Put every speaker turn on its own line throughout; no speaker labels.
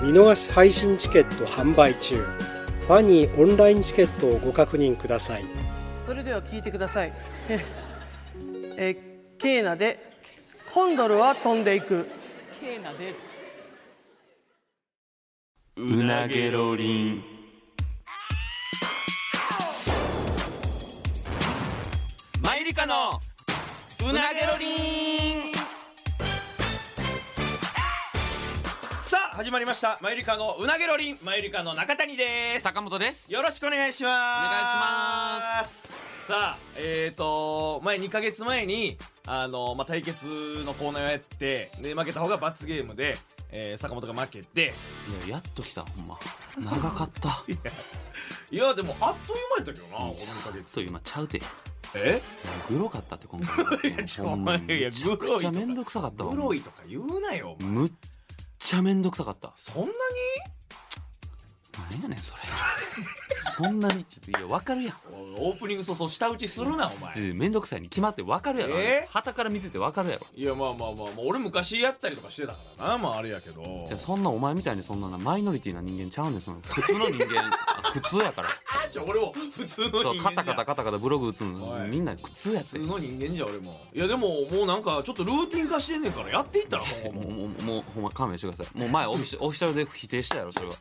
見逃し配信チケット販売中ファニーオンラインチケットをご確認ください
それでは聞いてくださいえーえーケーナでコンドルは飛んでいく
ケーナで
うなげろりんマイリカのうなげろりん
さあ始まりましたマユリカのうなげろりんマユリカの中谷です
坂本です
よろしくお願いします
お願いします
さあえっ、ー、と前2ヶ月前にあの、まあ、対決のコーナーをやってで負けた方が罰ゲームで、えー坂本が負けて
いややっと来たほんま長かったあっ
いやでもあっという間やったけどなこの2ヶ月
という間ちゃうていや
え
グロかったって今回
いやちょ
ほんまに
お前いや
めちゃ
グロい
くちゃめんどくさかったわ
グロいとか言うなよお前
むっちゃめんどくさかった
そんなに
何やねん それそんなにちょっといやわかるやん
おオープニング早々下打ちするなお前
えめんどくさいに決まってわかるやろ
え
旗から見ててわかるやろ
いやまあまあまあ、まあ、俺昔やったりとかしてたからなまああれやけど
じゃあそんなお前みたいにそんななマイノリティな人間ちゃうねんその普通の人間 あ普通 やから
あじゃあ俺も普通の人
そ
間
う
じゃん
カタカタカタカタブログ打つの
おい
みんな苦痛や
普
つ
通
も
の人間じゃん俺もいやでももうなんかちょっとルーティン化してんねんからやっていったら今後
うも
も
うもうほんま勘弁してくださいもう前オフィシオフィシャルで否定したやろそれは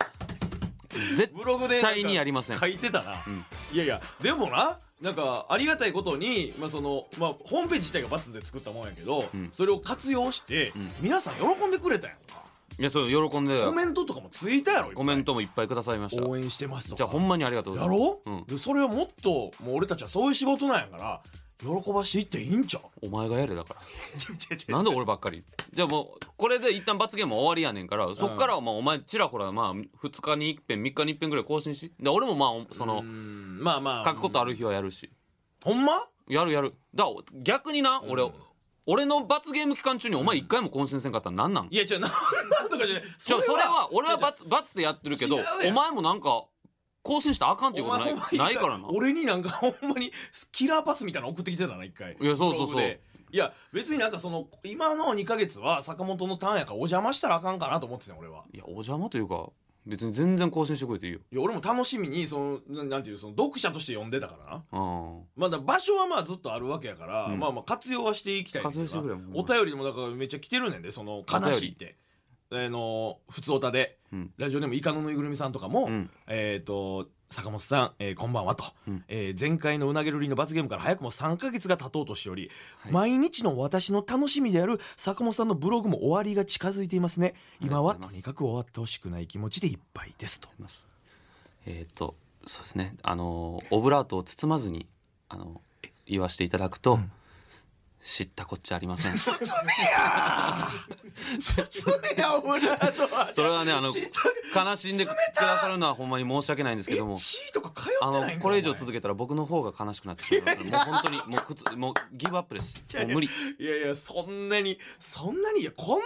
絶
ブログでなんか
対にやりません
書いてたな、
ん
いやいやでもななんかありがたいことに、まあそのまあ、ホームページ自体がバツで作ったもんやけど、
うん
それを活用して、
ん
皆さん喜んでくれたやんか
いやそれ喜んで
コメントとかもついたやろ
コメントもいっぱいくださいました
応援してますとか
じゃあほんまにありがとうござ
や
います
ろ、
うん
でそれをもっともう俺たちはそういう仕事なんやから喜ばしていっていいんちゃう
お前がやれだか
違う違う違う
らなんで俺ばっかりじゃあもうこれで一旦罰ゲーム終わりやねんからそっからはまあお前ちらほらまあ2日に一遍3日に一遍ぐらい更新しで俺もまあおそうの
んまあまあ
書くことある日はやるし
ほんま
やるやるだから逆にな、俺俺の罰ゲーム期間中にお前一回も更新せんかったらなんなん
いや違うなんなんとかじゃない
じゃそれは俺は罰罰でやってるけど
違うや
お
ん
前もなんか更新したらあかんっていうことない
お前ほんま
ないからな
俺になんかほんまにキラーパスみたいなの送ってきてたな一回
いやそうそうそう
ブログでいや別になんかその今の2ヶ月は坂本のターンやからお邪魔したらあかんかなと思ってた俺はい
やお邪魔というか別に全然更新してくれていいよ
いや俺も楽しみにそのななんていうその読者として読んでたからな
うん
まあだから場所はまあずっとあるわけやから、
うん
まあまあ活用はしていきたいねんけどな
活用してくれよもう
お便りでもだからめっちゃ来てるねんでその悲しいってあのふつおた
う
で、
ん
ラジオネームイカのぬいぐるみさんとかも、
うん
えっ、と坂本さん、えーこんばんはと、
うん
えー前回のうなげるりの罰ゲームから早くも3ヶ月が経とうとしており、
はい
毎日の私の楽しみである坂本さんのブログも終わりが近づいていますね今は
ありがとうございま
と
す
にかく終わってほしくない気持ちでいっぱいですと
えっ、とそうですねあのオブラートを包まずにあの言わせていただくと、知ったこっちゃありませ んそ
包めやオ ブラートは
れはねあの
知っ
悲しんでくださるのはほんまに申し訳ないんですけども
地位とか通
あ
って
の
ないんか
これ以上
お前
続けたら僕の方が悲しくなってしまうからもう本当にもうくつもうギブアップですもう無理
いやいやそんなにそんなにいやこんな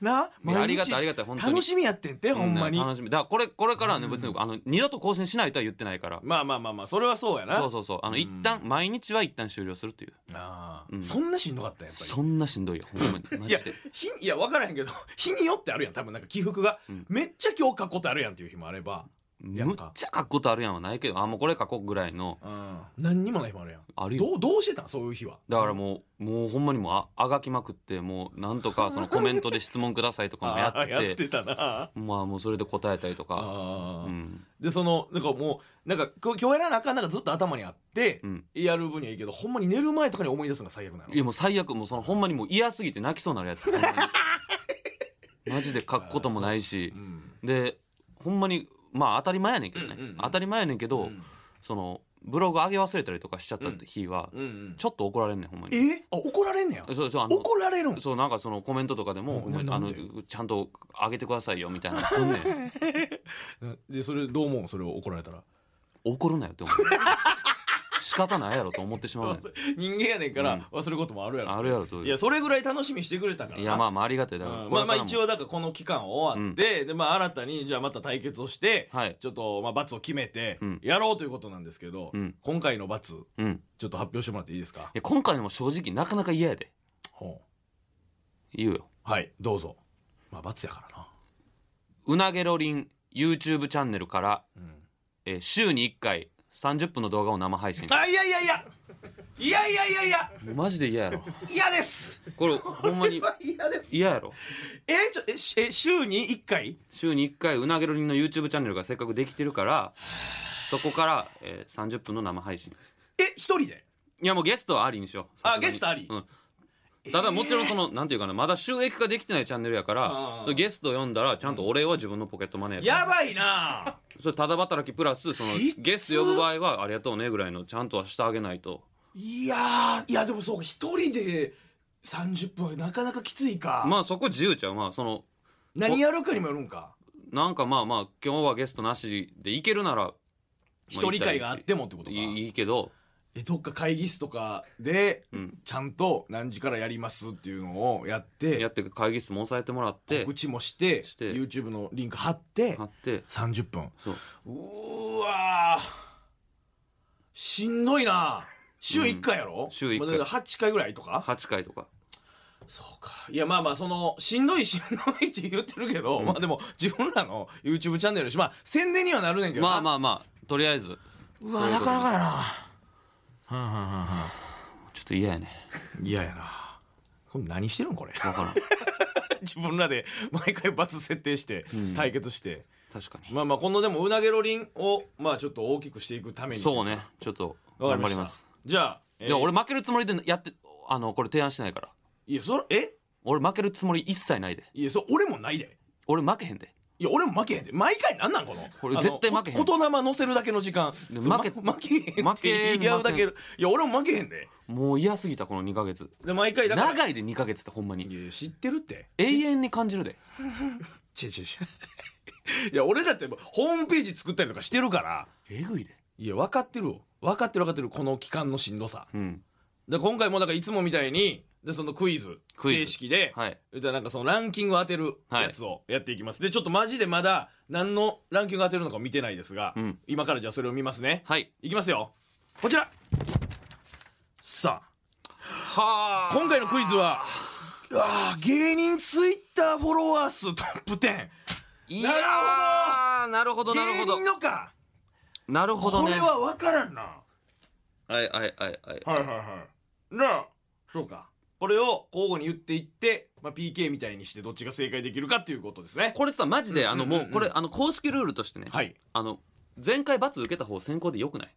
な
ありがたいありがたい本当に
楽しみやってんてほんまに、
う楽しみだからこれこれからはね別にあの二度と更新しないとは言ってないから
まあまあまあまあそれはそうやな
そうそうそうあの一旦毎日は一旦終了するという
ああ
うん
そんなしんどかったんやっぱり
そんなしんどいよほんまにマ
いや
ジで
日いや分からへんけど 日によってあるやん多分なんか起伏が、
ん
めっちゃ今日書くことあるやんっていう日もあれば、や
むっちゃ書くことあるやんはないけどあもうこれ書こうぐらいの
うん、何にもない日もあるやん
あるよ
どうどうしてたんそういう日は
だからもうもうほんまにもうああがきまくってもうなんとかそのコメントで質問くださいとかもや
ああ
っ
や
て
ってたな
まあもうそれで答えたりとか
あー
うん
でそのなんかもうなんかこう今日やらなあかんなんかずっと頭にあって、
うん
やる分にはいいけどほんまに寝る前とかに思い出すのが最悪なの
いやもう最悪もうそのほんまにもう嫌すぎて泣きそうになるやつほんまに マジで書くこともないし
うん
でほんまにまあ当たり前やねんけどね、
うんうんうん
当たり前やねんけど、
うん
そのブログ上げ忘れたりとかしちゃった日は、
うんうん
ちょっと怒られんねんほんまに。
えあ怒られんねや
そうそうあの
怒られるん
そうなんかそのコメントとかでも、
お前
あ
なん
の
で
ちゃんと上げてくださいよみたいなの来んね ん
でそれどう思うそれを怒られたら
怒るなよって思う仕方ないやろと思ってし まうねん
人間やねんから、
うん
忘れることもあるやろ
あるやろと
いやそれぐらい楽しみにしてくれたからない
やまあまあありがたいだから、
うん
こ
ま
れ
あ
からも
まあ一応だからこの期間終わって、でまあ新たにじゃあまた対決をして、
はい
ちょっとまあ罰を決めて
うん
やろうということなんですけど、
うん
今回の罰
うんい
ちょっと発表してもらっていいですか
や今回のも正直なかなか嫌やで
ほう
言うよ
はいどうぞまあ罰やからな
うなげろりん YouTube チャンネルから、
ん
えー週に1回30分の動画を生配信
あいやいやいやいやいやいやいや
マジで嫌やろ
嫌です
これほんまに
嫌です
嫌やろ
えちょえしえ週に1回
週に1回うなげろりんの YouTube チャンネルがせっかくできてるからそこから、えー、30分の生配信
え一人で
いやもうゲストはありにしようさ
あ
すがに
ゲストあり
うん、ただもちろんその、なんていうかなまだ収益化できてないチャンネルやから
あー
そのゲスト呼んだらちゃんとお礼は自分のポケットマネーから
やばいな
それただ働きプラスその
きつ
ゲスト呼ぶ場合はありがとうねぐらいのちゃんとはしてあげないと
いやーいやでもそう一人で30分はなかなかきついか、
まあそこ自由ちゃうまあその
何やるかにもよるんか
なんかまあまあ今日はゲストなしでいけるなら
一人会があってもってことか
いいいけど
えどっか会議室とかで、
うん
ちゃんと何時からやりますっていうのをやって
やって会議室も押さえてもらって
告知もして
して
YouTube のリンク貼って
貼って
30分
そう
うーわーしんどいな週1回やろ、
週一回
まあだから8回ぐらいとか
8回とか
そうかいやまあまあそのしんどいしんどいって言ってるけど、まあでも自分らの YouTube チャンネルやしまあ宣伝にはなるねんけど
まあ
あ
まあまあとりあえず
う
そ
わ
ういう
な
こと
かなかやな
ちょっと嫌やね
嫌やなこれ何してるんこれ
分からん
自分らで毎回罰設定して
ん
対決して、
確かに
まあまあこのでもうなげろりんをまあちょっと大きくしていくために
そうねちょっと
わ
頑
か
張
りま
り
した
ます
じゃあ、えー
いや俺負けるつもりでやってあのこれ提案してないから
いやそらえ
俺負けるつもり一切ないで
いやそ俺もないで
俺負けへんで
いや俺も負けへんで毎回なんな んこの
これ
あの
絶対負けへん
こ言霊乗せるだけの時間
で
そう
負け
ま負けへんって
負けません
言い合うだけいや俺も負けへんで
もう嫌すぎたこの2ヶ月
で毎回だから
長いで2ヶ月ってほんまに
いや知ってるって
永遠に感じるで
ちちちいや俺だってもう ホームページ作ったりとかしてるから
えぐいで
いや分かってるよ分かってる分かってるこの期間のしんどさ
うん
で今回もだからいつもみたいにでそのクイズ
クイズ
形式で、
はい
言うたらなんかそのランキングを当てる
はい
やつをやっていきます、でちょっとマジでまだ何のランキングを当てるのか見てないですが、
うん
今からじゃあそれを見ますね、
はい
い、きますよこちらさ
は
あ今回のクイズはあー芸人ツイッターフォロワー数トップ10
い
や
やーなるほどなるほど
芸人のか
なるほど
こ
ね
れは分からんな
はいはいはいはい
はいはいはい。なあ、そうか。これを交互に言っていって、まあ、PK みたいにしてどっちが正解できるかっていうことですね。
これさマジであの
うんう
も
んうん
うこれあの公式ルールとしてね
はい。
あの前回罰受けた方先行でよくない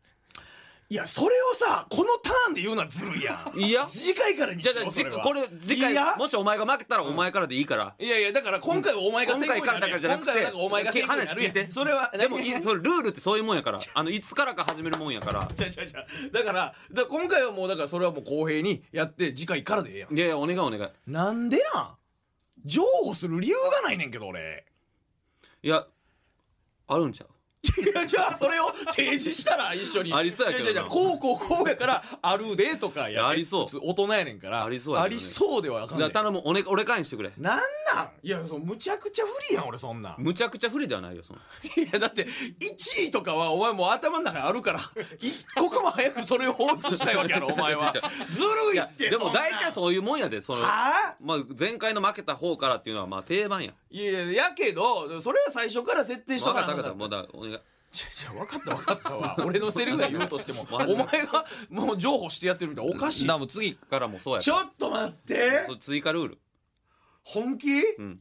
いや、それをさ、このターンで言うのはずるいやん。
いや
次回からにし
じゃ
よ
あじゃあ次
うそれは
これ次
いや
回もしお前が負けたらお前からでいいから
いやいや、だから今回はお前が
今
正解
回
に
か
な
ら
る
だ
や
か
ん
らじゃなくて
今回はなんかお前が正解に
話
なる
聞
や
い
ん
て
それは、
でも
い
い
や
やそれルールってそういうもんやからあのいつからか始めるもんやから
違う違う違う。だから、だから今回はもうだからそれはもう公平にやって次回からでええやん。
いやいやお願いお願い
なんでなん譲歩する理由がないねんけど俺。
いやあるんちゃう
いやじゃあそれを提示したら一緒に
ありそうやけどな
違う違う違うこうこうこうやからあるでとか
い
や
やありそう
普通大人やねんから
ありそうやけどね
ありそうではあかん
だか
ね
ら
ん
頼むおね俺からにしてくれ
なんなんいやそうむちゃくちゃ不利やん俺そんなん
むちゃくちゃ不利ではないよその
いやだって1位とかはお前もう頭の中ある から一刻も早くそれを放出したいわけやろお前は ずるいって
でも大体
う
そういうもんやでその
はあ
まあ、前回の負けた方からっていうのはまあ定番や
いやいややけどそれは最初から設定しと
分か
か
った
なあ
分か
か
っ
ん
たもうだお願い
ちょちょ分かった分かったわ俺のセリフが言うとして もお
マジで
前がもう譲歩してやってるみたいなおかしい
だらもう次からもそうや
ち
か
ょっと待っ
ら
て
そう追加ルール
本気い
うん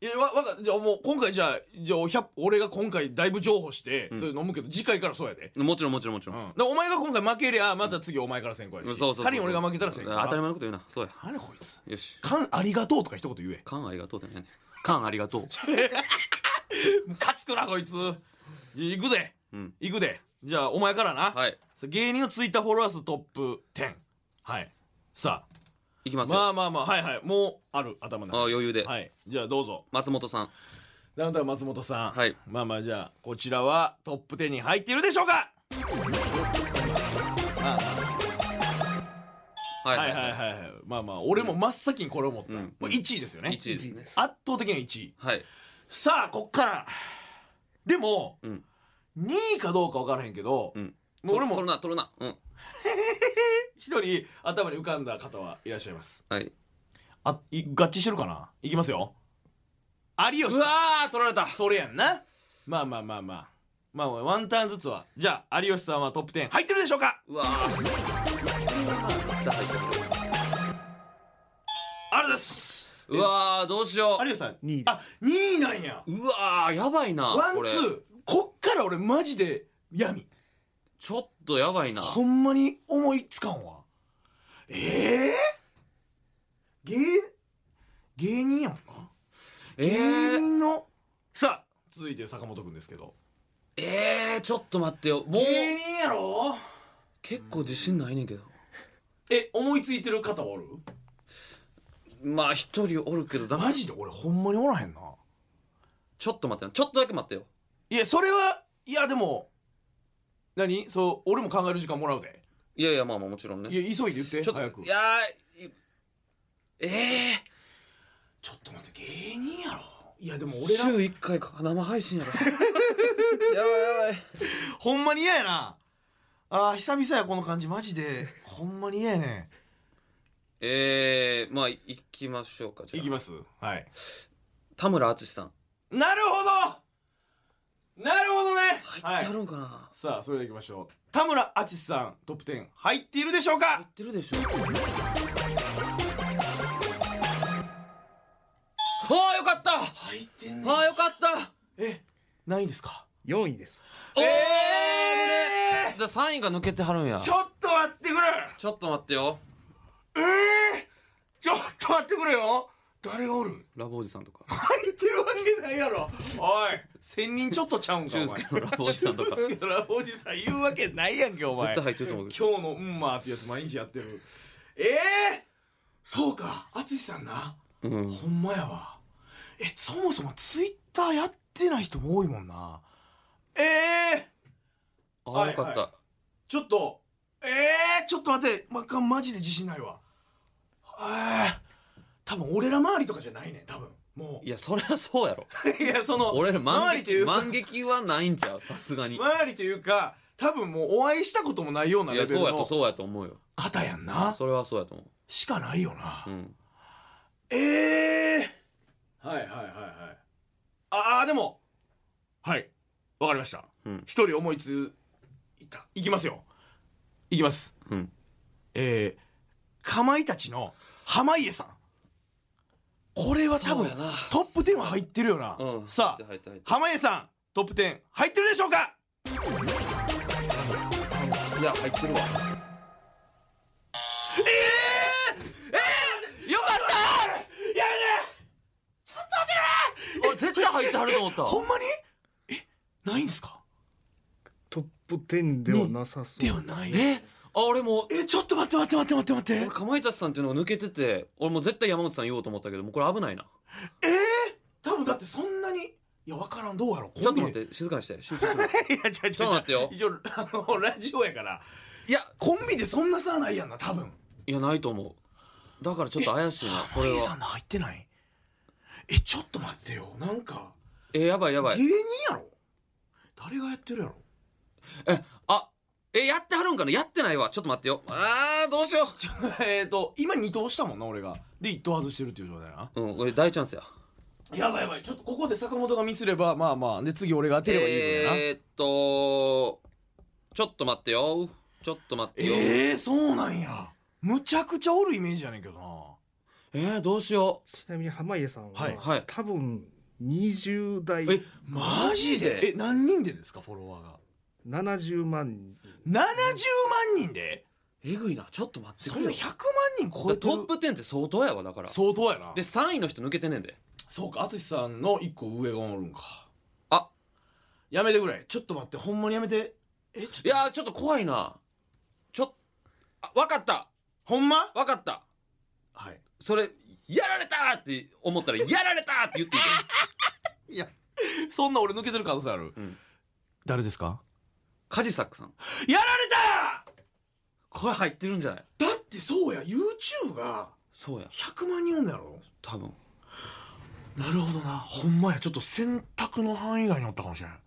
やわわかじゃあもう今回じゃあじゃあ100俺が今回だいぶ譲歩して、
ん
それ飲むけど次回からそうやで。
もちろんもちろんもち
う
ろ
ん、
ん、
だからお前が今回負けりゃまた次お前から先行やし、
そうそうそう
仮に俺が負けたら先行
当たり前のこと言うなそうや
何こいつ
よし
かんありがとうとか一言言え
缶ありがとうってね缶ありがとう
ムカつくなこいつじゃあ行くぜ
うん
行くでじゃあお前からな、
はい
さ芸人のツイッターフォロワー数トップ10はいさあ
いきますよ、
まあまあまあはいはいもうある頭の
あ、
中
余裕で、
はいじゃあどうぞ
松本さん
ダウンタウン松本さん
はい
まあまあじゃあこちらはトップ10に入っているでしょうか
はい
はいはいはいはいまあまあ俺も真っ先にこれを思った、
うん
もう1位ですよね
1位ですね
圧倒的な1位
はい
さあこっからでも、
うん
2位かどうか分からへんけど、
うん
もう俺
取る
も
な取るなうん
一人頭に浮かんだ方はいらっしゃいます
はい
あい合致してるかないきますよ有吉
う
さん
わー取られた
それやんなまあまあまあまあまあワンターンずつはじゃあ有吉さんはトップ10入ってるでしょうか
うわーだ入ってくる
あれです
うわーどうしよ
有吉さん
2位です
あ2位なんや
ううわーやばいな
ワン
これ
ツーこっから俺マジで闇
ちょっとやばいな
ほんまに思いつかんわええ芸芸人やもんな、
え
芸
ー、
人のさあ続いて坂本くんですけど
えー、ちょっと待ってよもう
芸人やろ
結構自信ないねんけど
え思いついてる方おる
まあ一人おるけどだ
マジで俺ほんまにおらへんな
ちょっと待ってなちょっとだけ待ってよ
いやそれはいやでも何そう俺も考える時間もらうで
いやいやまあまあもちろんね
いや急いで言って
ちょっ
早
と
く
いやーいええ
ちょっと待って芸人やろいやでも俺
ー、
ら
週一回か生配 信やろやばいやばい
ほんまに嫌やなあー久々やこの感じマジでほんまに嫌やね
えー、まあい行きましょうかじゃあ
ますはい
田村淳さん
なるほどなるほどね
入ってあ
は
る
い、
んかな、
さあそれではいきましょう田村淳さんトップ10入っているでしょ
入
うか
ってるでしょああよかったあ
入ってん
あよかった
えないんですか
4位です
おー
え
だ3位が抜けてはるんや
ー、ちょっと待ってくれ
ちょっと待ってよ
ええー、ちょっと待ってくれよ誰がおる
ラボおじさんとか
入ってるわけないやろおい千人ちょっとちゃうんかお前
俊介のラボおじさんとか
俊介のラブおじさん言うわけないやんけお前
絶対入ってると思うけど
今日の「うんまー」ってやつ毎日やってるええそうか淳さんな
うん
ほんまやわえそもそもツイッターやってない人も多いもんなええ
ああよかった、
はいちょっとええちょっと待ってまかマジで自信ないわええ多分俺ら周りとかじゃないね多分も
い、やそりゃそうやろ
ういやその
俺ら万
周りとい
劇
うか
万劇はないんちゃうさすがにい
周りというか多分もうお会いしたこともないようなレ
や
ベル
そうやと
の
そうやと思うよ
方やんな
それはそうやと思
しかないよな
ううん
ええはいはいはいはいああでもはいわかりました
うん
一、人思いついたいきますよいきます
うん
えー、かまいたちの濱家さんこれは多分
そうやな
トップ10は入ってるよな、
うん
さあ
入って入って入
濱家さんトップ10入ってるでしょうか
っていや入ってるわえー、えー、よか
や
った俺絶対入ってはると思った
めてほんまにえないんですか
トップ10ではなさそう
ではない
えあ俺も
えちょっと待って待って待って待って待って
俺かまいたちさんっていうのが抜けてて俺もう絶対山本さん言おうと思ったけどもうこれ危ないな
多分だってそんなにいや分からんどうやろ
ちょっと待
て
って静かにして集中する
いやち
ちょ
ょ
っと待ってよ
一応あのラジオやから
いや
コンビでそんな差はないやんな多分
いやないと思うだからちょっと怪しいなそれ
濱家さ
は
んの入ってないえちょっと待ってよなんか
えやばいやば
芸
い
人やろ誰がやってるやろ
えあえやってはるんかなやってないわちょっと待ってよあーどうしよ
ちょ えっと今2投したもんな俺がで1投外してるっていう状態やな
ううん俺大チャンスや
やばいやばいちょっとここで坂本がミスればまあまあで次俺が当てればいいのやな
えー、っとちょっと待ってよちょっと待ってよ
えー、そうなんやむちゃくちゃおるイメージやねんけどな
えー、どうしよ
ちなみに濱家さんは、
はい
はい
多分20代
うえ
マジでえ何人でですかフォロワーが
70万
70万人で
えぐいなちょっと待って
そ
く
ん
れ
な
よ
100万人超え
だ
て
ト
る
ップ10って相当やわだから
相当やな
で3位の人抜けてねえんで
そうか淳さんの1個上がおるんか
あ
やめてくれちょっと待ってほんまにやめて
いやーちょっと怖いなちょあわかった
ほんま
わかった
はい
それやられたーって思ったらやられたーって言っていいか
そんな俺抜けてる可能性ある、
うん
誰ですか
カジサック さん
やられ
これ入ってるんじゃない
ただってそうや YouTube が
そうや
100万人おんのやろ
多分
なるほどなほんまやちょっと選択の範囲外におったかもしれない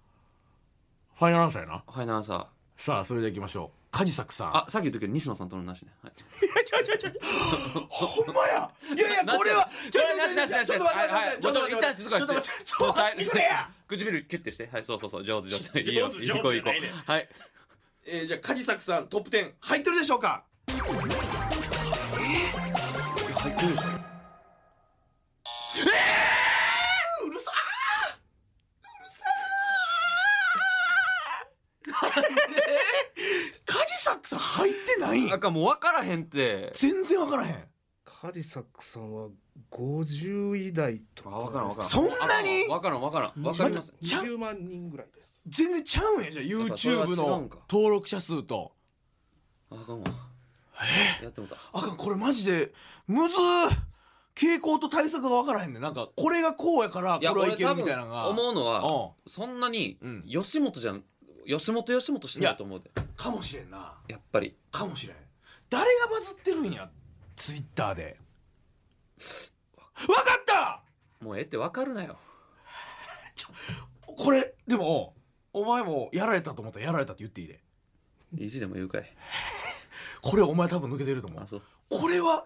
ファイナルアンサーやな
ファイナルアンサー
さあそれでいきましょう梶作さん
あさっき言ったけど西野さんとのなしね、はい、
ちょちょちょほんまやいやいやこれは
ちょっと待って
ちょっと待っ
ち
てち
ょ
ょ
っと待っ
っと待って
一旦静かにして
ちょっと待ってちょっと待ってくれや
唇キュッてしてはいそうそうそう上手上手
上手
いいよ
上手
いい子いい子
上手じゃないね
はい
えーじゃあ梶作さんトップ10入ってるでしょうか
入ってるでしょ
うるさーうるさーカジサックさん入ってないん
なんかもう分からへんって
全然分からへん
カジサックさんは50位台と
あ
か
分からん分からん
そんなに
分からん分からん分かります
ちゃう
20万人ぐらいです
全然ちゃうんやじゃあ
だからそれは違
YouTube
う
の
んか
登録者数と
あかんわやってもうた
あかんこれマジでむずー傾向と対策が分からへんねんなんかこれがこうやから
いや
これはい
俺
け
多
るみ
分
たいなのが
思うのは
う
そんなに
うん
吉本じゃん吉本吉本してないと思うで
んかもしれんな
やっぱり
かもしれん誰がバズってるんや Twitter で分かった
もうええって分かるなよ
これでもお前もやられたと思ったらやられたって言っていいで
意地でも言うかい
これお前多分抜けてると思
あ
う
そう
これは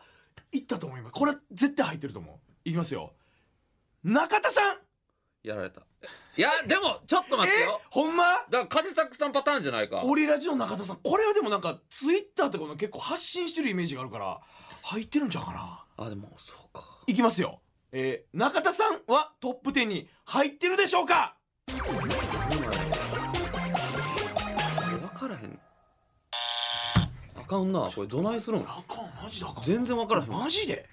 いったと思いますこれ絶対入ってると思ういきますよ中田さん
やられたいやでもちょっと待って
え
よ
ほんま
だからカジサックさんパターンじゃないか
オリラジの中田さんこれはでもなんかツイッターとかの結構発信してるイメージがあるから入ってるんちゃうかな
あでもそうか
いきますよえー、中田さんはトップ10に入ってるでしょうか
分からへんあかんなこれどないするん
あかんマジであかん
全然分からへん
マジで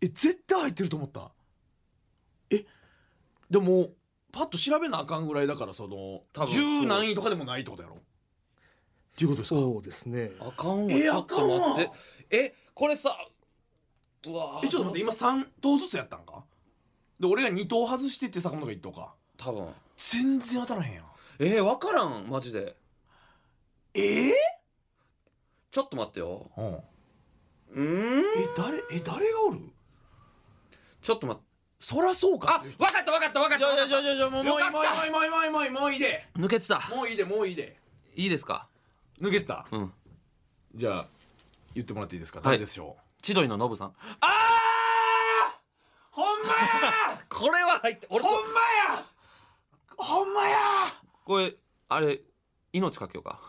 え絶対入ってると思ったえでもパッと調べなあかんぐらいだからその
多分
十何位とかでもないってことやろっていうことですか
そうですね
あかんわ
え
ちょっと待っ
あかんわ
てえこれさうわ
えちょっと待って今3投ずつやったんかで俺が2投外してって坂本が1投か
多分
全然当たらへんやん
えー、分からんマジで
え
ちょっと待ってよ
ー、うん
うーん
え誰え誰がおる
ちょっと待って
そらそうか
あ分かった分かった分かった分かっ
じゃじゃじゃもうもういい
よ
も
かった
ういいもういいもういいもういいで
た抜けてた
もういいでもういいで
いいですか
抜けてた
うん
じゃあ言ってもらっていいですか
はい
誰でしょ
千鳥のノブさん
う、ああほんまや
これは入って
ほんまやほんまや
これあれ命かけよう か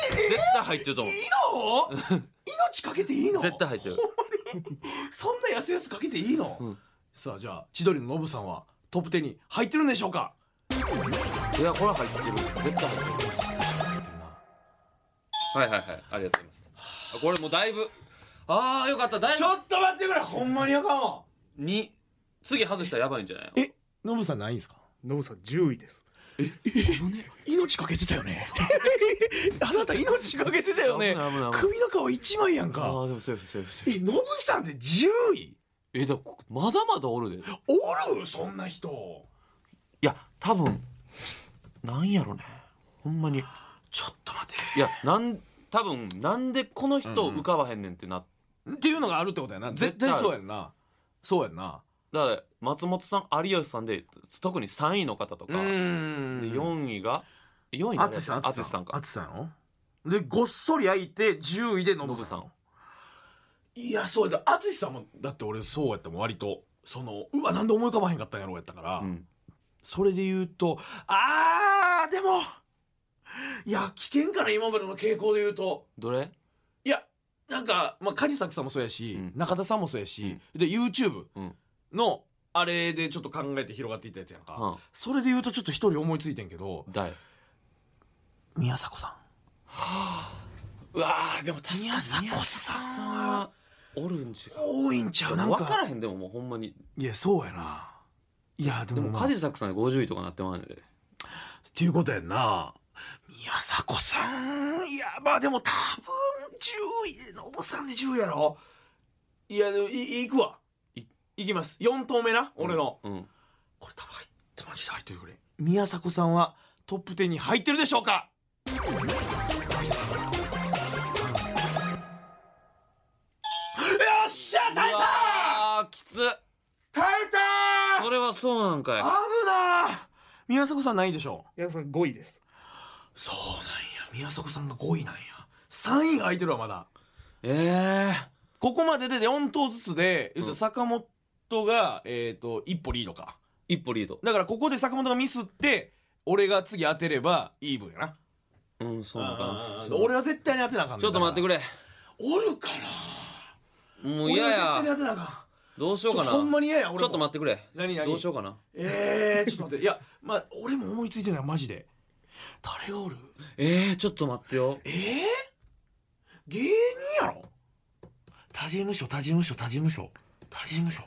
絶対入ってると思
いいの 命かけていいうの
絶対入ってる
そんな安々かけていいの、
うん
さあじゃあ千鳥のノブさんはトップ10に入ってるんでしょうか
いやこれは入ってる絶対入ってるはいはいはいありがとうございますあこれもうだいぶああよかっただい
ち
ぶ
ょっと待ってくれほんまにあかんわ
に次外したらやばいんじゃない
えノブさんないんですか
ノブさん10位です
命かけてたよね あなた命かけてたよね
危ない危ない危ない
首の皮一枚やんか
ーでもセーフセーフセ
えノブさんで10位
えだまだまだおるでい
おるそんな人
や多分なんやろねほんまに
ちょっと待て
いやなん多分なんでこの人浮かばへんねんってなっ
っていうのがあるってことやな絶対
絶対ある
そうやんなそうやんな
だから松本さん有吉さんで特に3位の方とか、で
ん
4位が4位
淳さん
淳さんか
淳さんやろでごっそり焼いて10位でノ
ノ
ブ
ブ
さ
さ
ん
ん
いやそうやだ淳さんもだって俺そうやったもん割とそのうわなんで思い浮かばへんかったんやろうやったから、
うん
それで言うとあーでもいや危険かな今までの傾向で言うと
どれ
いやなんか、まあ、梶作さんもそうやし、
うん
中田さんもそうやし、で YouTube
うん
のあれでちょっと考えて広がっていったやつやんか、
うん
それで言うとちょっと一人思いついてんけど
誰
宮迫さん
うわーでも確かに
宮迫さんは
おるんちが
多いんちゃうなん
分
か
からへんでももうほんまに
いやそうやないやで
で
も,、
も
まあ、
梶作さんで50位とかなってまうねんで
っていうことやんな宮迫さんいやまあでも多分10位ノブさんで10位やろいやでもいいくわいいきます4投目な俺の、
うん
これ多分入ってマジで入ってるこれ宮迫さんはトップ10に入ってるでしょうかよっしゃ耐え
あーきつ
た耐えた
それはそうなんかい
危なー宮迫さんないでしょ
皆さん5位です
そうなんや宮迫さんが5位なんや3位が空いてるわまだ
え
ここまでで4投ずつで、言うと
うん
坂本が、えっ、と、一歩リードか。
ー、一歩リード
だからここで坂本がミスって、俺が次当てればイーブンやな。
うんそうなのかな
うん俺は絶対に当てなあかんねん
ちょっと待ってくれ
おるか
も
な
う嫌
俺は絶対に
や
当てなあか
どうしようか
ん。
な
ほんまに嫌や、俺も
ちょっと待ってくれ
何何
どうしようかな
えー、ちょっと待って。いや、まあ、俺も思いついてないマジで。誰がおる
えー、ちょっと待ってよ
えー、芸人やろ
他事務所他事務所他事務所他事務所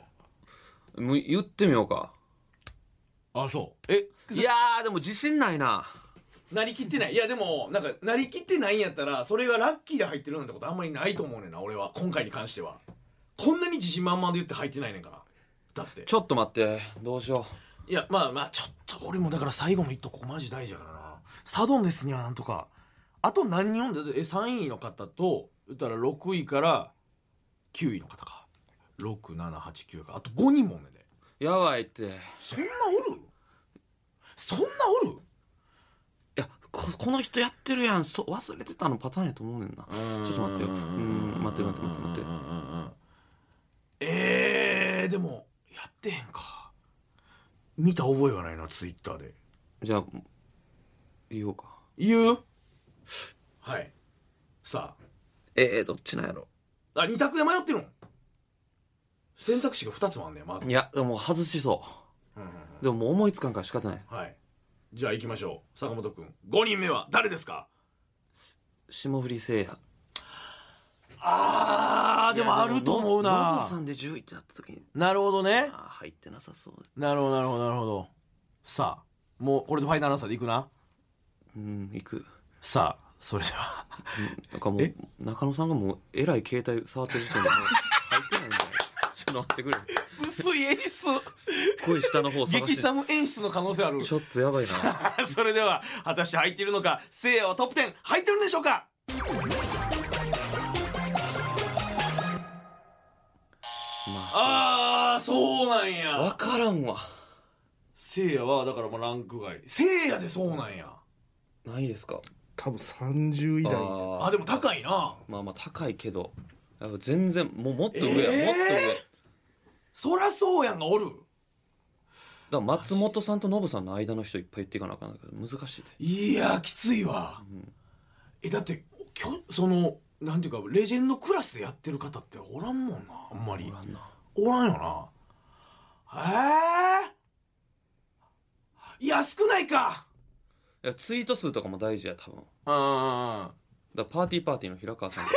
もう言ってみようか
あ、そう。え、
いやーでも自信ないな
なりきってない。いや、でも、なんか、なりきってないんやったら、それがラッキーで入ってるなんてことあんまりないと思うねんな、俺は。今回に関しては。こんなに自信満々で言って入ってないねんから。だって。
ちょっと待ってどうしよ
いや、まあまあ、ちょっと、俺もだから最後の一投、ここマジ大事やからな。サドンデスにはなんとか。あと何人おんだえ、3位の方と、言ったら6位から9位の方か。6、7、8、9か。あと5人もおんねんで。
うやばいって
そんなおるそんなおる
いやここの人やってるやんそ忘れてたのパターンやと思うねんなちょっと待ってようん待って待って待って待って
えー、でもやってへんか見た覚えがないなツイッターで
じゃあ言おうか
言うはいさ
えー、どっちなんやろ
ああ二択で迷ってるの選択肢が二つもあんねんまず
いやでも外しそうでももう思いつかんから仕方ない
はいじゃあ行きましょう坂本君5人目は誰ですか
霜降りせいや
あーでもあると思
ノブ
うな
さんで10位ってなった時に
なるほどね
あー入ってなさそう
なるほどなるほどなるほどさあもうこれでファイナルアンサーでいくな
うん行く
さあそれでは
なんかもう中野さんがもうえらい携帯触ってる時点でもう入ってないんだよちょっと待ってくれ
薄い演出
声下の方探
激
して
寒演出の可能性ある
ちょっとやばいな
さあ それでは果たして入っているのかせいやはトップ10入ってるんでしょうか
ま
あーそうなん
あ
や
分からんわ
せいやはだからもうランク外せいやでそうなんや
ないですか
多分30位台じゃん
あでも高いな
まあまあ高いけどやっぱ全然もうもっと上や、
えー
もっと上だか
そらそうやんがおる
ら松本さんとノブさんの間の人いっぱい言っていかなあかんから難しいで
いやきついわ、えだってきょそのなんていうかレジェンドクラスでやってる方っておらんもんなあんまり
おらんな
おらんよなええいや少ないか
いやツイート数とかも大事や多分だか
うん
らパーティーパーティーの平川さん とか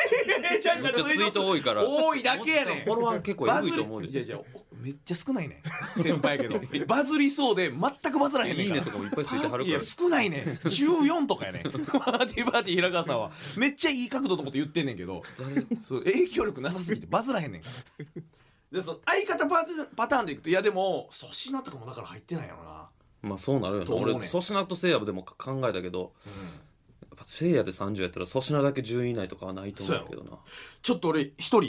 えちゃうち
め
ゃ
っ
う
ちゃツイート多いから
多いだけやねん
フォロワー結構
バ
エグい
ズり
と思う
いや
で
いやおめっちゃ少ないねん先輩やけど バズりそうで全くバズらへんねん
いい
から
ねとかもいっぱいついてはる
い
か
や
ら
少ないねん14とかやねんパーティーパーティー平川さんはめっちゃいい角度のこと言ってんねんけどそう影響力なさすぎてバズらへんねんからでその相方パーテパターンでいくといやでも粗品とかもだから入ってないやろな
まあそうなるよね
と思うね
俺粗品とせいやでも考えたけど、やっぱせいやで30やったら粗品だけ10位以内とかはないと思うけどな
ちょっと俺一人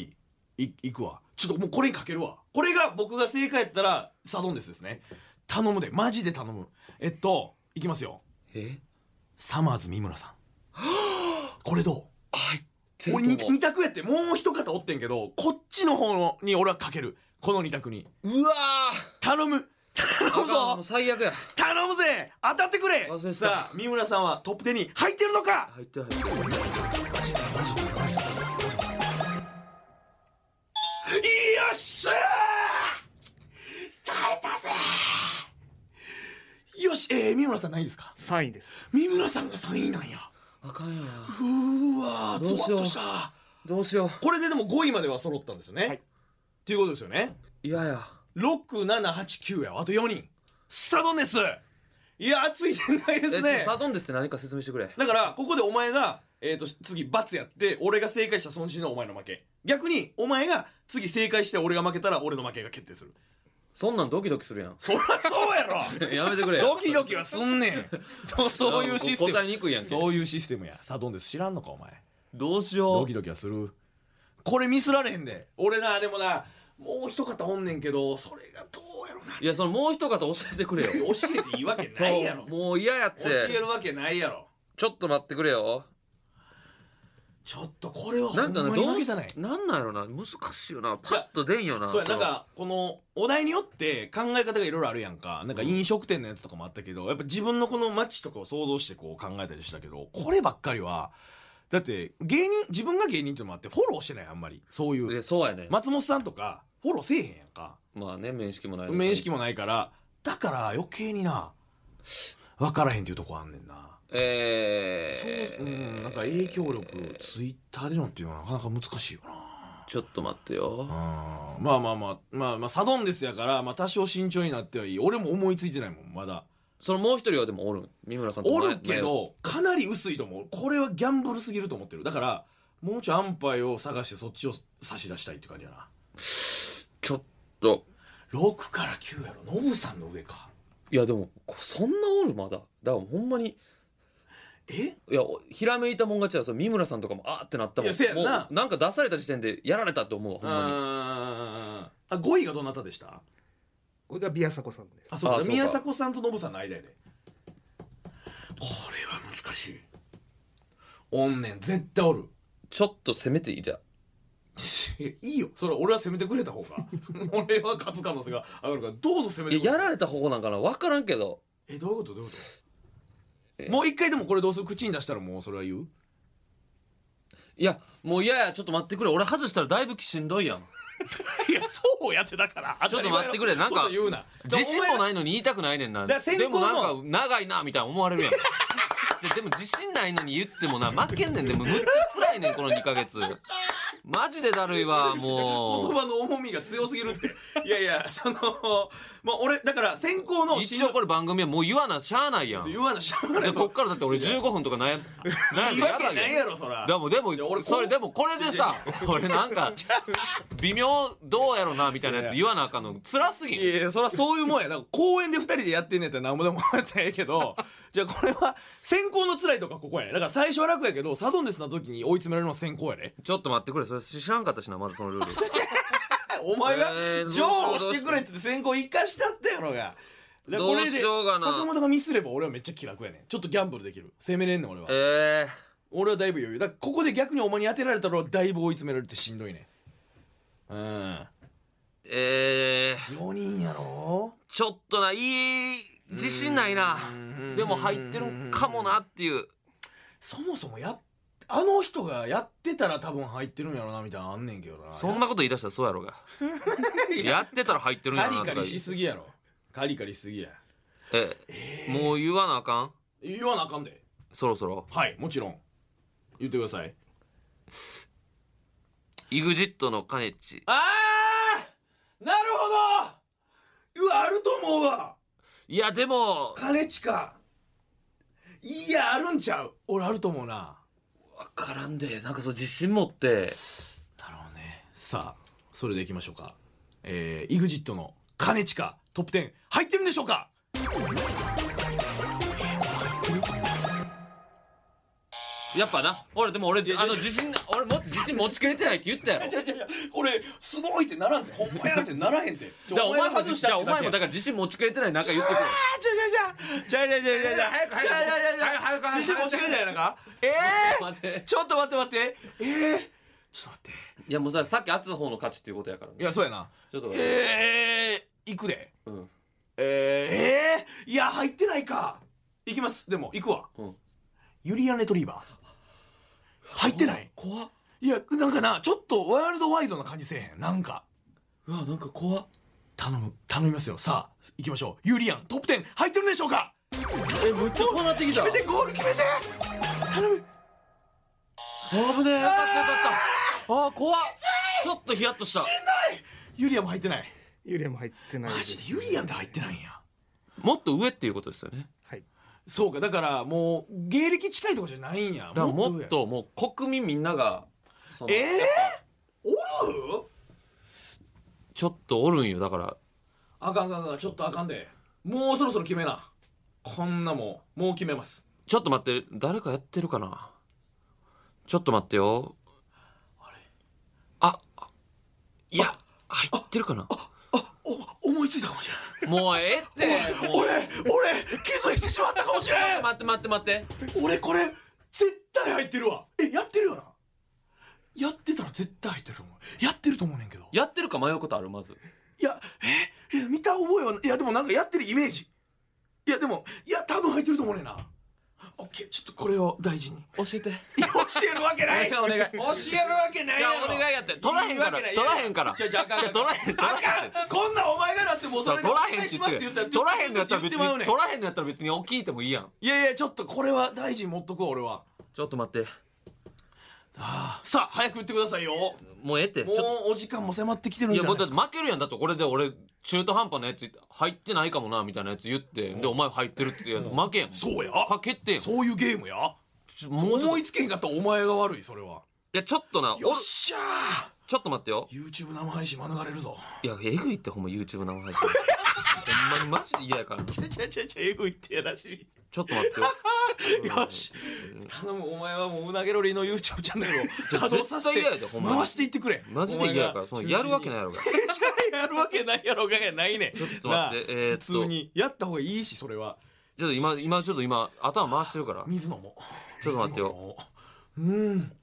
いいくわちょっともうこれにかけるわこれが僕が正解やったらサドンデスですね頼むでマジで頼むえっといきますよ
え
サマーズ三 村さんこれどう俺
俺
二
に
二択やってもう一方おってんけどこっちの方のに俺はかけるこの二択に
うわ
頼む
ー
頼む
あかんもう
ぞ
最悪や
頼むぜ当たってくれ
忘れてた
さあ三村さんはトップ10に入ってるのか
入ってる入ってる
よっしゃー耐えたぜよしえー、三村さんないですか
3位です
三村さんが3位なんや
あかんやな
うーわー
どう
ゾワ
し
ッ
よう
とした
どうしよ
これででも5位までは揃ったんですよね、っていうことですよね
ういやや
6789やわあと4人スタドネスいや熱い展開ですね
サドンデスって何か説明してくれ
だからここでお前が、えー、と次罰やって俺が正解した損失のお前の負け逆にお前が次正解して俺が負けたら俺の負けが決定する
そんなんドキドキするやん
そりゃそうやろ
やめてくれ
ドキドキはすんね んとそういうシステ
答
ム
えにくいやんけ
そういうシステムやサドンデス知らんのかお前
どうしよ
ド
う
キドキはするこれミスられへんで俺なでもなもう一方おんねんけどそれがどうやろない
やそのもう一方教えてくれよ
教えていいわけないやろ
そうもう嫌やっ
教え
て
るわけないやろ
ちょっと待ってくれよ
ちょっとこれはほ
なん
ん
か
ま
ね
に
ど
負
う
け
した
な
ないんなんやろな難しいよなパッと出んよな
そうやなんかこのお題によって考え方がいろいろあるやんかなんか飲食店のやつとかもあったけどやっぱ自分のこの街とかを想像してこう考えたりしたけどこればっかりはだって芸人自分が芸人ってのもあってフォローしてないあんまりそうい
そうえそうやね
松本さんとかフォローせえへんやんか
まあね面識もない
面識
も
もないからだから余計にな分からへんっていうとこあんねんな
え
そううん
ー
なんか影響力ツイッターでのっていうのはなかなか難しいよな
ちょっと待ってよ
あーまあまあまあまあまあサドンデスやから、まあ、多少慎重になってはいい俺も思いついてないもんまだ
そのもう一人はでもおるん三村さんと
お
前
るけどかなり薄いと思うこれはギャンブルすぎると思ってるだからもうちょい安牌を探してそっちを差し出したいって感じやな
ちょっと
6から9やろノブさんの上か
いやでもこそんなおるまだだからほんまに
え
いやおひらめいたもん勝ちだその三村さんとかもあーってなったもん
いやせやんな
もうなんか出された時点でやられたと思うわほ
うんん
まに
あ5位がどなたでした
これがビアサコさんです
あそう
あ
だ
そうか
宮迫さんとノブさんの間やでこれは難しいおんねん絶対おる
ちょっと攻めていいじゃん
いいよそれは俺は攻めてくれた 方が俺は勝つ可能性が上がるからどうぞ攻めて
い
くれ
ややられた方なんかな分からんけど
えどういうことどういうこ
え
ともう一回でもこれどうする口に出したらもうそれは言う
いやもういやいやちょっと待ってくれ俺外したらだいぶしんどいやん
いやそうやってだから
ちょっと待ってくれなん
こ
か
と言うな
自信も
い
ないのに言いたくないねんな
だから先
で
行の
もなんか長いなみたいな思われるやんででも自信ないのに言ってもな負けんねんでもむっちゃ辛いねんこの2ヶ月マジでだるいわも
言
う
葉の重みが強すぎるっていやいやそのまあ俺だから先行の
一応これ番組はもう言わなしゃあないやん
言わなしゃあない
でこっからだって俺15分とか悩ん悩んで
言い
やば
訳
い
ない
よ
やろそら
でもでも
じゃあ俺こう
それでもこれでさ俺なんか微妙どうやろなみたいなやつ言わなあかんの辛すぎ
い
ん
やいやそりゃそういうもんやだから公園で2人でやってんねやったらなんぼでもやったらええけど じゃあこれは先行の辛いとかここやねだから最初は楽やけどサドンデスな時に追い詰められるのは先行やね
ちょっと待ってくれそれ知らんかったしなまずその ルール
お前が
えー
譲歩してくれって言って先行生かしたったやろがだからこれ
どう
で
しようかな
坂本がミスれば俺はめっちゃ気楽やねちょっとギャンブルできる攻めれんねん俺は
えー
俺はだいぶ余裕だからここで逆にお前に当てられたらだいぶ追い詰められてしんどいねうん
えー
4人やろ
ちょっとないい自信ないなでも入ってるかもなっていう
そもそもやっあの人がやってたら多分入ってるんやろなみたいなのあんねんけどな
そんなこと言い出したらそうや ろうがやってたら入ってるんや
カ
ろ
リ
な
カ
とか
リしすぎやろカリカリしすぎや
ええもう言わなあかん
言わなあかんで
そろそろ
はいもちろん言ってください
EXIT のカネッチ
あーなるほどうわあると思うわ
いやでも
金近いやあるんちゃう俺あると思うな
分からんでなんかそう自信持って
なるほどねさあそれでいきましょうかえー、EXIT の金近トップ10入ってるんでしょうか
やっぱな俺でも俺あの自信俺も自信持ちきれてないって言ったやろ
いやいやこれすごいってならんてほんまやってならへんて
だからお前も外したじゃあお前もだから自信持ちきれてないなんか言ってくれ
ちゃちゃちゃちゃちゃちゃちゃ早く早く早く早く持ち帰るじゃないのかえ
待っ
え
て
ちょっと待って待ってええちょっと待って
いやもうささっき圧の方の勝ちっていうことやから
い
ね
やそうやな
ちょっと待って
ええいくで
うん
ええいや入ってないかいきますでも行くわ
うん
ユリアンレトリーバー入ってない
怖っ
いやなんかなちょっとワールドワイドな感じせえへんなんか
うわなんか怖っ
頼む頼みますよさあ行きましょうユリアントップ10入ってるんでしょうか
えむっちゃ怖なってきた
決めてゴール決めて頼む
危ねえよかったよかったあー怖っちょっとヒヤッとした
ユリアンも入ってない
ユリアも入ってない
マジでユリアンで入ってないんや
もっと上っていうことですよね
はい
そうかだからもう芸歴近いとこじゃないんや
だからも
上
っ
や
ともう国民みんながその
ええおる
ちょっとおるんよだから
あかんあかんあかんちょっとあかんでもうそろそろ決めなこんなもんもう決めます
ちょっと待って誰かやってるかなちょっと待ってよああいや入ってるかな
お思いついたかもしれない
もうええってもう
俺俺気づいてしまったかもしれん
待って待って待って
俺これ絶対入ってるわえやってるよなやってたら絶対入ってると思うやってると思うねんけど
やってるか迷うことあるまず
いやええ見た覚えはいやでもなんかやってるイメージいやでもいや多分入ってると思うねんなオッケーちょっとこれを大事に
教えて
いや教えるわ けない
お願い
教えるわけない
じ
や
ゃ
ろ
あお願いやって取らへんから
いいわけない
取らへんから
じゃあじゃああかん
いや取らへん
あかんこんなんお前がだってもうそれ
取
でお
らへん
願
って
いし
言
ま
っ
すってて言ったら
取らへんのやったら別に
言ってまうねん
取らへんのやったら別に大きいてもいいやん
いやいやちょっとこれは大事に持っとこう俺は
ちょっと待って
さあ早く言ってくださいよも
もうええってちょっと
うお時間も迫ってきてるん
い
じ
や
ゃな
も
いうで
だっ
す
て負
か
けるやんだってこれで俺中途半端なやつ入ってないかもなみたいなやつ言ってでお前入ってるってやつ負けやん
そうや
かけて
そういうゲームや
もうちょっと
思い
い
つけへんかったらお前が悪いそれは
やちょっとなお
よっしゃ
ちょっと待ってよ
ー YouTube 生配信免れるぞ
いやえぐいってほんま YouTube 生配信ほんまにマジで嫌やから
ちゃちゃちゃちゃえぐいってやらしい
ちょっと待 ってよ
よし頼むお前はもううなげろりの YouTube チャン ネルを稼働させ
絶対
て
嫌やでほんまに
回していってくれ
マジで嫌やから
お
そ
前
の
が
やるわけないやろうが
中心に じゃあやるわけないやろうがやないねちょ
っと待ってえーっと
普通にやった方がいいしそれは
ちょっと今今ちょっと今頭回してるから
水野も
ちょっと待ってよ
ようん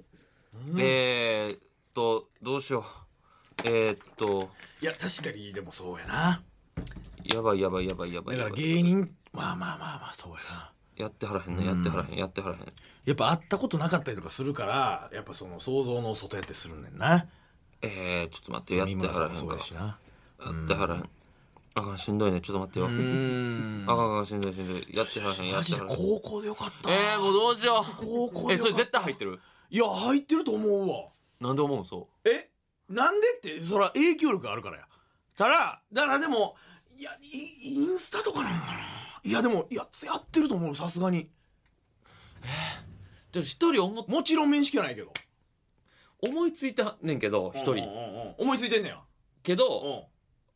えー、っとどうしようえー、っと
いや確かにでもそうやな
やばいやばいやばいやば
だ
いや
から
ばい
芸人まあまあまあまあそうやな
やってはらへんねやってはらへんやってはらへん
やっぱ会ったことなかったりとかするからやっぱその想像の外やってするねんな
えー、ちょっと待ってやっ
三
て
村
は
さ
らへ
ん
ん
も
か
そうやしな
やってはらへんあかんしんどいねちょっと待ってよ
うん
あかんあかんしんどいしんどいやってはらへんや
マ
って
ジ
はら
で
へん
高校でよかった
えー、もうどうしよ
高校
う
で
え
よ
そ
か
れ
った
絶対入ってる
いや入ってると思うわ
なんで思うんそ
えなんでってそら影響力あるからやたらだからでもいやイインスタとかなんかないやでもいややってると思うさすがに
うで一人思
もちろん面識はないけど
思いついたねんけど一
う
人
んうんうん思いついてんねや
け
う
ど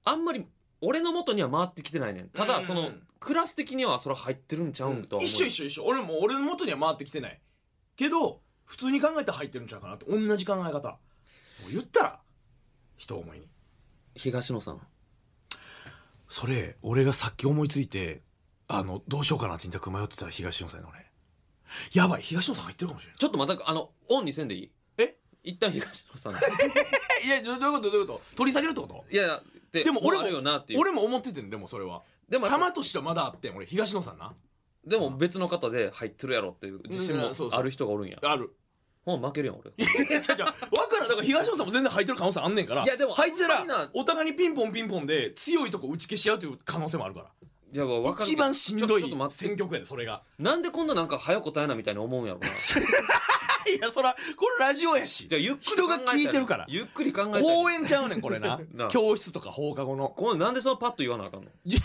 ん
あんまり俺の元には回ってきてないねんた
うん
だ
うん
そのクラス的にはそれ入ってるんちゃうんとは思う
一緒一緒一緒俺も俺の元には回ってきてないけど普通に考えたら入ってるんちゃうかなって同じ考え方もう言ったら人思いに
東野さん
それ俺がさっき思いついてあのどうしようかなって二択迷ってた東野さんの俺やばい東野さん入ってるかもしれ
ちょっとまたあのオンにせんでいい
え
一旦東野さ ん
ないいやどどういうことどういうこと取り下げるってこと
いやいやで
でも俺も
あるよなっていう
俺も思っててんでもそれは
でもやっぱ
玉としてはまだあってん俺東野さんな
でも別の方で入ってるやろっていう自信
うん
も
うんそうそう
ある人がおるんや
ある
ほんま負けるやん俺
いや違う違う分からんだから東野さんも全然入ってる可能性あんねんから
いやでも
入って
ほんまに
たら
な
お互いにピンポンピンポンで強いとこ打ち消し合うという可能性もあるから
いや分かるけど
一番しんどい
ちょちょっと待って
選挙区やでそれが
なんでこんななんか早答えなみたいに思うんやろなじ
いやそらこれラジオやし
ゃあゆっくり
人が
考えた
聞いてるから
ゆっくり考えたい
公演ちゃうねんこれな
なあ
教室とか放課後の
これなんでそのパッと言わなあかんのち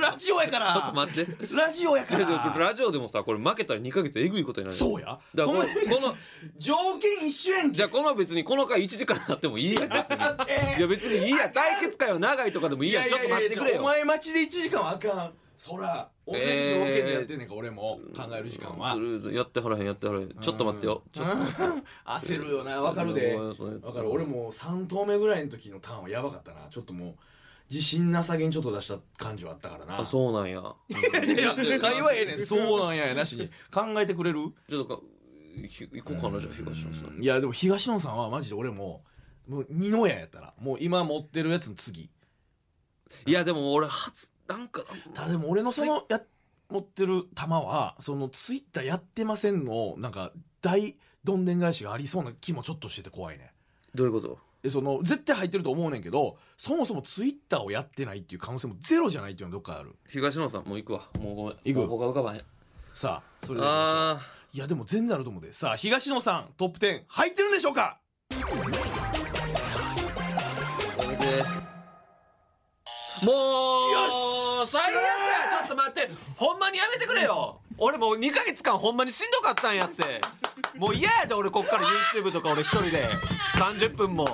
ラジオやか
ょっと
ら
待って
ラジオやか
だって
ら
ラジオでもさこれ負けたら2ヶ月えぐいことになる
そう
や
や
だ
そ
か
んな
らこのこの
条件一緒やんけ
じゃあこの別にこの回1時間あってもいいやん別にいや別にいい やん対決会は長いとかでもいいやんちょっと待ってくれ
お
よ
前待ちで1時間はあかんそら同じ条件でやってんねんか、俺も考える時間は
とりあえずやってはらへんやってはらへんちょっと待ってよちょっと待ってよ
焦るよなわかるで
うんごめんなさい
わかる俺も3投目ぐらいの時のターンはやばかったなちょっともう自信なさげにちょっと出した感じはあったからな
あそうなんや
いやいや会話ええねんそうなんややなしに考えてくれる
ちょっとかひ行こうかなじゃあ東野さん
いやでも東野さんはマジで俺ももう二の矢やったらもう今持ってるやつの次
いやでも俺初なんか
ただでも俺のそのや持ってる球はそのツイッターやってませんのなんか大どんでん返しがありそうな気もちょっとしてて怖いね
どういうこと
でその絶対入ってると思うねんけどそもそもツイッターをやってないっていう可能性もゼロじゃないっていうのはどっかある
東野さんもう行くわもうごめん
行く
もう他浮かばへん
さあそれで
あ
いやでも全然あると思うでさあ東野さんトップ10入ってるんでしょうか
ーこれでもう
よっしゃー
最悪やちょっと待ってほんまにやめてくれよ俺もう2ヶ月間ほんまにしんどかったんやってもう嫌やで俺こっから YouTube とか俺一人で30分も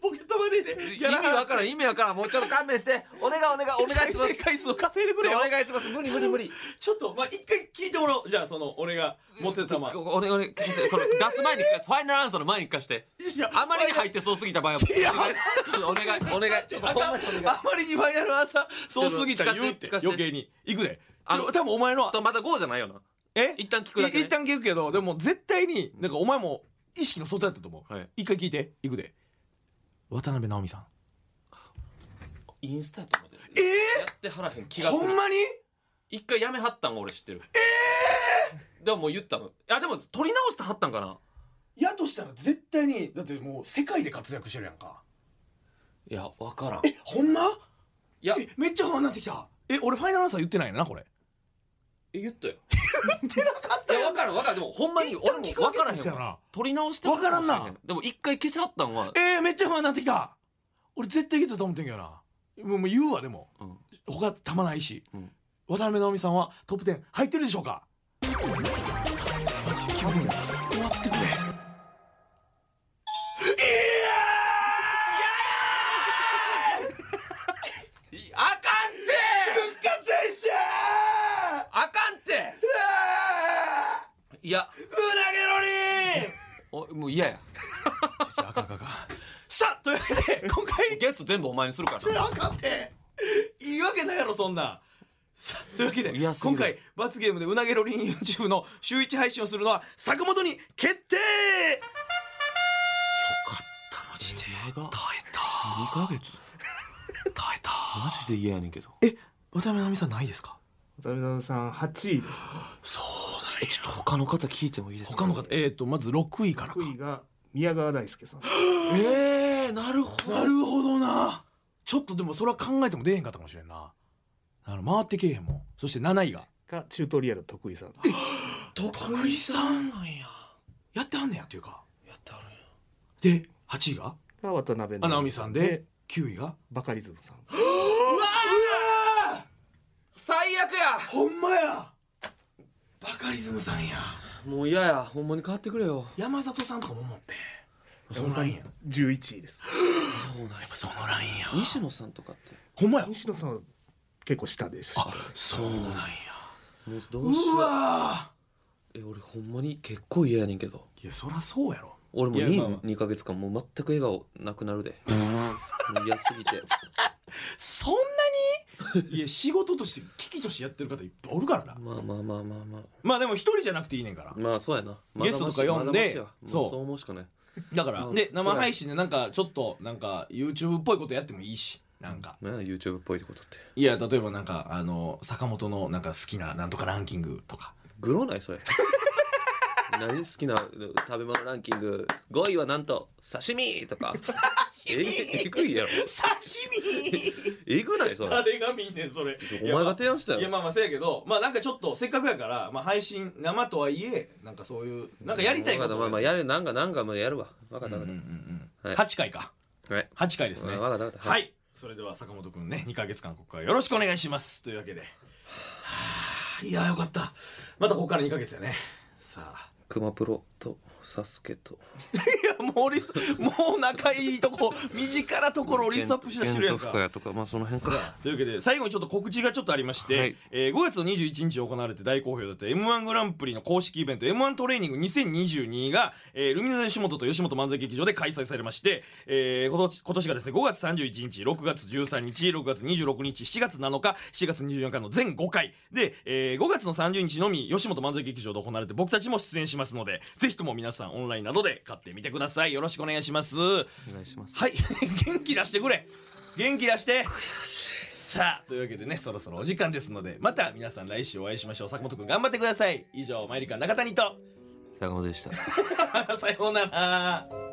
ポケットマネーで
意味わからん意味わからんもうちょっと勘弁してお願いお願いお願いしま
再生
す
回数を稼いでくれよ
お願いします無理無理無理
ちょっとまあ一回聞いてもらおうじゃあその俺が持ってたま
おお願いお願い聞かせてその出す前に聞かせファイナルアンサーの前に聞かせてあまりに入ってそうすぎた場合はもうちょっとお 願いお願いちょっと
あ
ほん
かん
ま
あ
にお願い
まりにファイナルアンサーそうすぎたら言うって
聞かせて聞かせて
余計にいくで
あの
ちょ多分お前の
あとまた GO じゃないよな
え
一旦聞くだけね
い一旦聞くけどでも絶対になんかお前も意識の外やったと思う、
はい
一回聞いていくで渡辺直美さん
インスタとかで
え
やってはらへん気
え
がす
ほ
る
んまに
一回やめはったん俺知ってるええでももう言ったのいやでも取り直してはったんかな
やとしたら絶対にだってもう世界で活躍してるやんか
いやわからん
えほんま
いや
えめっちゃ不安になってきたえ俺ファイナルアンサー言ってないよな これ
え言ったよ
言ってなかっ
いや分からん分からんでもほんまに俺も
一旦聞く
分からへん
わけやな
わ取り直して
分からんな
でも一回消しはったんは
えー、めっちゃ不安になってきた俺絶対いけたと思ってんけどなもうもう言うわでも、
うん
他たまないし、
うん
渡辺直美さんはトップ10入ってるでしょうかマジで気分が終わってくれいや
いあかんって
ー復活して
あかんっていや
うなげろに
おもう嫌や
あかんあかんあかんさあというわけで今回
ゲスト全部お前にするからな
あかんっていいわけないやろそんなんさ あというわけで
いやすごい
今回罰ゲームでうなげろりん YouTube の週1配信をするのは坂本に決定
長っ2ヶ月
耐えた
マジで嫌やねんけど
渡辺直美さんないですか
渡辺直美さん8位です
えちょっと他の方聞いてもいいですか
他の方えっ、とまず6位からか
6位が宮川大輔さん
えー、なるほど
なるほどなちょっとでもそれは考えても出えへんかったかもしれんなあの回ってけえへんもんそして7位が
がチュートリアル得意さん
徳井さんなんややってはんねやっていうか
やってはるんや
で8位が
が渡辺
あ直美さんで9位が
バカリズムさん
うわー
最悪や
ほんまやバカリズムさんや
もう嫌やほんまに変わってくれよ
山里さんとかも思ってそのラインや
11位です
そうなんやっぱそのラインや
西野さんとかって
ほんまや
西野さんは結構下です
あそうなんや
もうどうしよ
う
う
わ
え俺ほんまに結構嫌やねんけど
ーいやそらそうやろ
俺もい
い
い
やまあまあ
2ヶ月間もう全く笑顔なくなるでもう嫌すぎて
そんなに いや仕事として危機としてやってる方いっぱいおるからな
まあまあまあまあまあ
まあでも一人じゃなくていいねんから
まあそうやな
ゲストとか呼ん
まだ
で
ましやもう
そう
そう思うしかない
だから
うん
で
そう
生配信でなんかちょっとなんか YouTube っぽいことやってもいいしなんか
なんや YouTube っぽいってことって
いや例えばなんかあの坂本のなんか好きななんとかランキングとか
グロないそれ 何好きな食べ物ランキング5位はなんと刺身とか刺身ええぐいやろ
刺身
えぐないそれ
誰が見んねんそれ
お前が提案した
いや
よ
まあまあせやけどまあなんかちょっとせっかくやから、まあ、配信生とはいえなんかそういうなんかやりたいこ
わか
と
ったまあまあ
や
やるなんかなんかまあやるわ分かった分かっはい
8回か
たはい
8回ですね
わかったわかった
はい、それでは坂本くんね2ヶ月間ここからよろしくお願いしますというわけではあいやよかったまたここから2ヶ月やねさあ
熊プロとサスケと
いやもうリスもう仲いいとこ身近なところをリストアップしだしてるやん
ケント
か
深谷とかまあその辺か
というわけで最後にちょっと告知がちょっとありまして、
はい
えー5月の21日に行われて大好評だった m 1グランプリの公式イベント m 1トレーニング2022が、えールミネ座吉本と吉本漫才劇場で開催されまして、えー今年今年がですね5月31日6月13日6月26日7月7日7月24日の全5回で、え5月の30日のみ吉本漫才劇場で行われて僕たちも出演しますのでぜひとも皆さんオンラインなどで買ってみてくださいよろしくお願いします
お願いします
はい 元気出してくれ元気出してさあというわけでねそろそろお時間ですのでまた皆さん来週お会いしましょう坂本くん頑張 ってください以上マイリカ中谷と
坂本でした
さようなら